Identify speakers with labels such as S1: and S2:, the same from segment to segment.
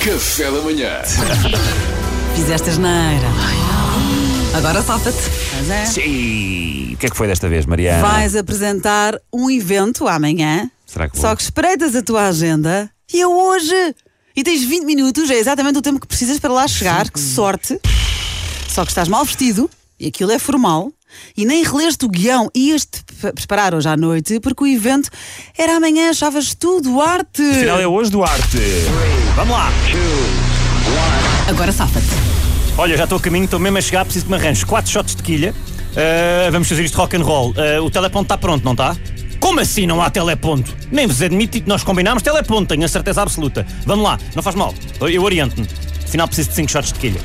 S1: Café da manhã.
S2: Fizeste asneira. Agora salta-te. Mas é.
S3: Sim. O que é que foi desta vez, Mariana?
S2: Vais apresentar um evento amanhã.
S3: Será que vou?
S2: Só que espreitas a tua agenda e é hoje. E tens 20 minutos, é exatamente o tempo que precisas para lá chegar. Que sorte. Só que estás mal vestido e aquilo é formal. E nem releste o guião, ias-te pre- preparar hoje à noite, porque o evento era amanhã, achavas tudo arte.
S3: Afinal é hoje, Duarte. Vamos lá.
S2: Agora safa-te.
S3: Olha, já estou a caminho, estou mesmo a chegar, preciso que me arranjes quatro shots de quilha. Ah, vamos fazer isto rock and roll. Ah, o teleponto está pronto, não está? Como assim não há teleponto? Nem vos admito que nós combinámos teleponto, tenho a certeza absoluta. Vamos lá, não faz mal. Eu- Eu oriento-me. Afinal preciso de cinco shots de quilha.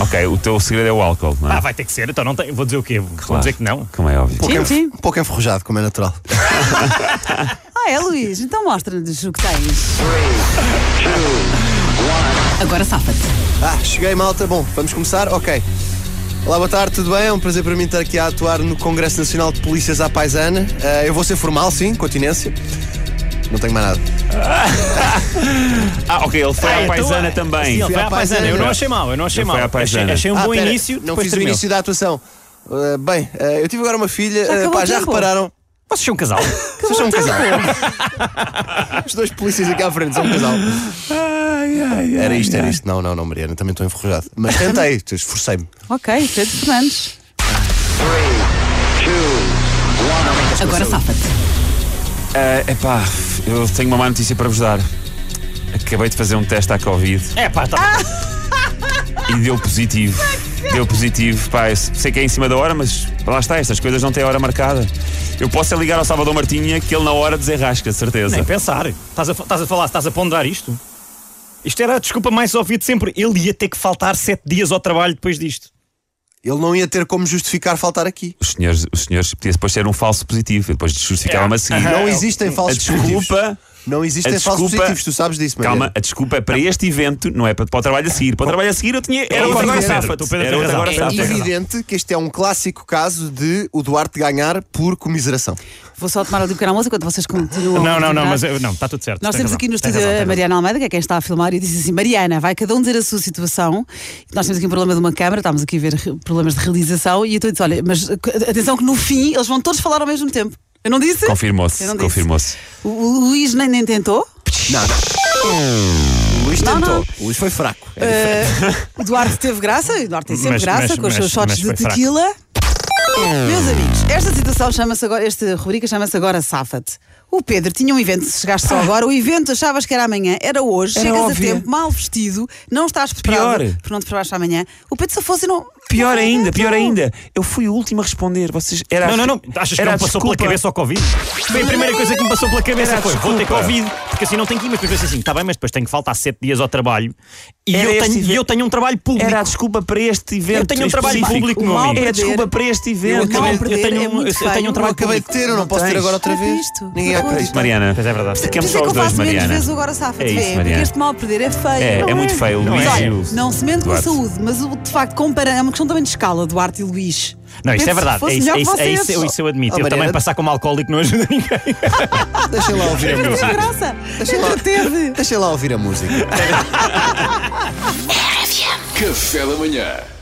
S4: Ok, o teu segredo é o álcool, não é?
S3: Ah, vai ter que ser, então não tem. Vou dizer o quê? Vou dizer que não.
S4: Como é óbvio.
S2: Sim, sim.
S5: Um pouco enferrujado, como é natural.
S2: Ah, é, Luís, então mostra-nos o que tens. Agora safa-te.
S5: Ah, cheguei, malta. Bom, vamos começar? Ok. Olá, boa tarde, tudo bem? É um prazer para mim estar aqui a atuar no Congresso Nacional de Polícias à Paisana. Ah, eu vou ser formal, sim, continência. Não tenho mais nada.
S4: Ah, ok, ele foi
S3: Ah,
S4: à
S3: então,
S4: paisana
S3: ah,
S4: também.
S3: Sim, ele foi à paisana. Eu não achei mal, eu não achei
S4: Ele
S3: mal.
S4: foi à
S3: Achei,
S4: paisana.
S3: achei um
S5: Ah,
S3: bom
S5: pera,
S3: início.
S5: Não
S3: depois
S5: fiz o
S3: tremeu.
S5: início da atuação. Ah, bem, ah, eu tive agora uma filha. Ah,
S2: acabou
S5: pá,
S2: o
S5: já
S2: tempo.
S5: repararam?
S3: Vocês são um casal?
S5: Vocês são um casal. Os dois polícias aqui à frente são um casal. Era isto, era isto. Não, não, não, Mariana, também estou enferrujado. Mas tentei, esforcei-me.
S2: Ok, Pedro Fernandes. Agora safa-te.
S4: É epá, eu tenho uma má notícia para vos dar. Acabei de fazer um teste à Covid
S3: É pá, tá.
S4: e deu positivo. Deu positivo, pá, eu sei que é em cima da hora, mas lá está, estas coisas não têm hora marcada. Eu posso é ligar ao Salvador Martinha que ele na hora desenrasca, de certeza.
S3: Nem pensar. Estás a, estás a falar, estás a ponderar isto? Isto era a desculpa mais óbvia de sempre. Ele ia ter que faltar sete dias ao trabalho depois disto.
S5: Ele não ia ter como justificar faltar aqui.
S4: Os senhores, os senhores podia depois ser um falso positivo, e depois
S3: É.
S4: justificava-me a seguir.
S5: Não existem falsos
S4: a desculpa.
S5: positivos. Não existem
S4: a
S5: falsos
S4: desculpa-
S5: positivos, tu sabes disso, Maria.
S4: Calma, a desculpa é para este evento, não é para, para o trabalho a seguir. Para o trabalho a seguir eu tinha. Era
S3: o
S4: outra
S3: Pedro
S4: agora
S3: Pedro,
S4: safa.
S3: o Pedro
S4: Era
S3: tem
S4: outra
S3: razão.
S4: agora
S3: É
S4: safa.
S5: É evidente que este é um clássico caso de o Duarte ganhar por comiseração.
S2: Vou só tomar ali um pequeno almoço enquanto vocês continuam. a
S3: Não, não, não,
S2: considerar.
S3: mas eu- não, está tudo certo.
S2: Nós
S3: Tem
S2: temos
S3: razão,
S2: aqui no
S3: tem
S2: estúdio
S3: razão,
S2: a
S3: tem
S2: Mariana Almeida, que é quem está a filmar, e disse assim: Mariana, vai cada um dizer a sua situação. Nós temos aqui um problema de uma câmara, estamos aqui a ver re- problemas de realização, e eu estou a dizer: olha, mas eh, atenção que no fim eles vão todos falar ao mesmo tempo. Eu não disse?
S4: Confirmou-se,
S2: Eu não disse.
S4: confirmou-se.
S2: O, o Luís nem, nem tentou.
S5: Não, não. O Luís
S2: Não,
S5: tentou.
S2: não.
S5: O Luís foi fraco. É
S2: Eh, o Duarte teve graça, e o Duarte tem sempre
S3: Mas-
S2: graça,
S3: mas-
S2: com os seus
S3: mas-
S2: shots
S3: mas
S2: de
S3: foi fraco.
S2: tequila. Meus amigos, esta situação chama-se agora, esta rubrica chama-se agora Safa-te. O Pedro tinha um evento, se chegaste só agora, o evento achavas que era amanhã, era hoje, chegas
S4: óbvio.
S2: a tempo, mal vestido, não estás preparado
S4: Pior.
S2: porque não te preparaste amanhã. O Pedro se fosse não.
S4: Pior ainda, pior
S2: Não.
S4: ainda. Eu fui o último a responder. Vocês era
S3: razão.
S4: a-
S3: Não, não, não. Achas que
S4: era
S3: não
S4: a
S3: passou pela
S4: desculpa.
S3: cabeça ao Covid? Foi a primeira coisa que me passou pela cabeça.
S4: Era a
S3: Foi, vou ter
S4: desculpa.
S3: Covid, porque assim não tenho que ir. Mas depois pensei assim, está bem, mas depois tenho que faltar sete dias ao trabalho. E
S4: Era
S3: eu
S4: este
S3: tenho, e
S4: evento.
S3: eu tenho um trabalho público.
S4: Era a desculpa para este evento.
S3: Eu tenho um
S4: em
S3: trabalho
S4: específico.
S3: público,
S2: O
S3: meu
S2: mal
S3: amigo.
S4: É a
S2: perder.
S4: desculpa para este
S2: Eu
S4: evento.
S2: acabei-
S3: eu
S2: perder
S3: tenho
S2: é
S3: um-
S2: muito
S3: eu
S2: feio.
S3: tenho um
S5: Eu
S3: trabalho
S5: acabei de ter, eu não posso ter
S4: tens.
S5: agora outra
S2: Já
S5: vez.
S2: viste?
S5: Ninguém
S2: Já
S5: acredita.
S2: viste.
S4: Mariana,
S3: Pois é verdade.
S2: Por
S4: ficamos
S2: isso é
S4: só
S2: que eu
S4: os dois,
S2: faço menos
S4: Mariana.
S2: vezes o agora Safa-te,
S4: É isso,
S2: vê, porque
S4: Mariana.
S2: este mal perder é feio.
S4: É,
S2: não
S4: é muito feio,
S3: Não
S4: Luís.
S3: é.
S4: e o-
S2: Olha, não se mente com a
S4: Duarte.
S2: saúde, mas o, de facto, compara, é uma questão também de escala, Duarte e Luís.
S3: Não,
S2: Penso
S3: isso é
S2: que
S3: verdade.
S2: fosse
S3: É isso,
S2: melhor
S3: é
S2: que
S3: isso, é
S2: vocês.
S3: isso, eu- isso eu admito.
S5: Oh,
S3: eu também
S5: Mariana.
S3: passar como alcoólico não ajuda ninguém.
S5: Deixa lá ouvir a
S2: Pedro teve
S5: música.
S2: graça.
S5: Deixa lá.
S2: Pedro teve.
S5: Deixa lá ouvir a música.
S1: Café da manhã.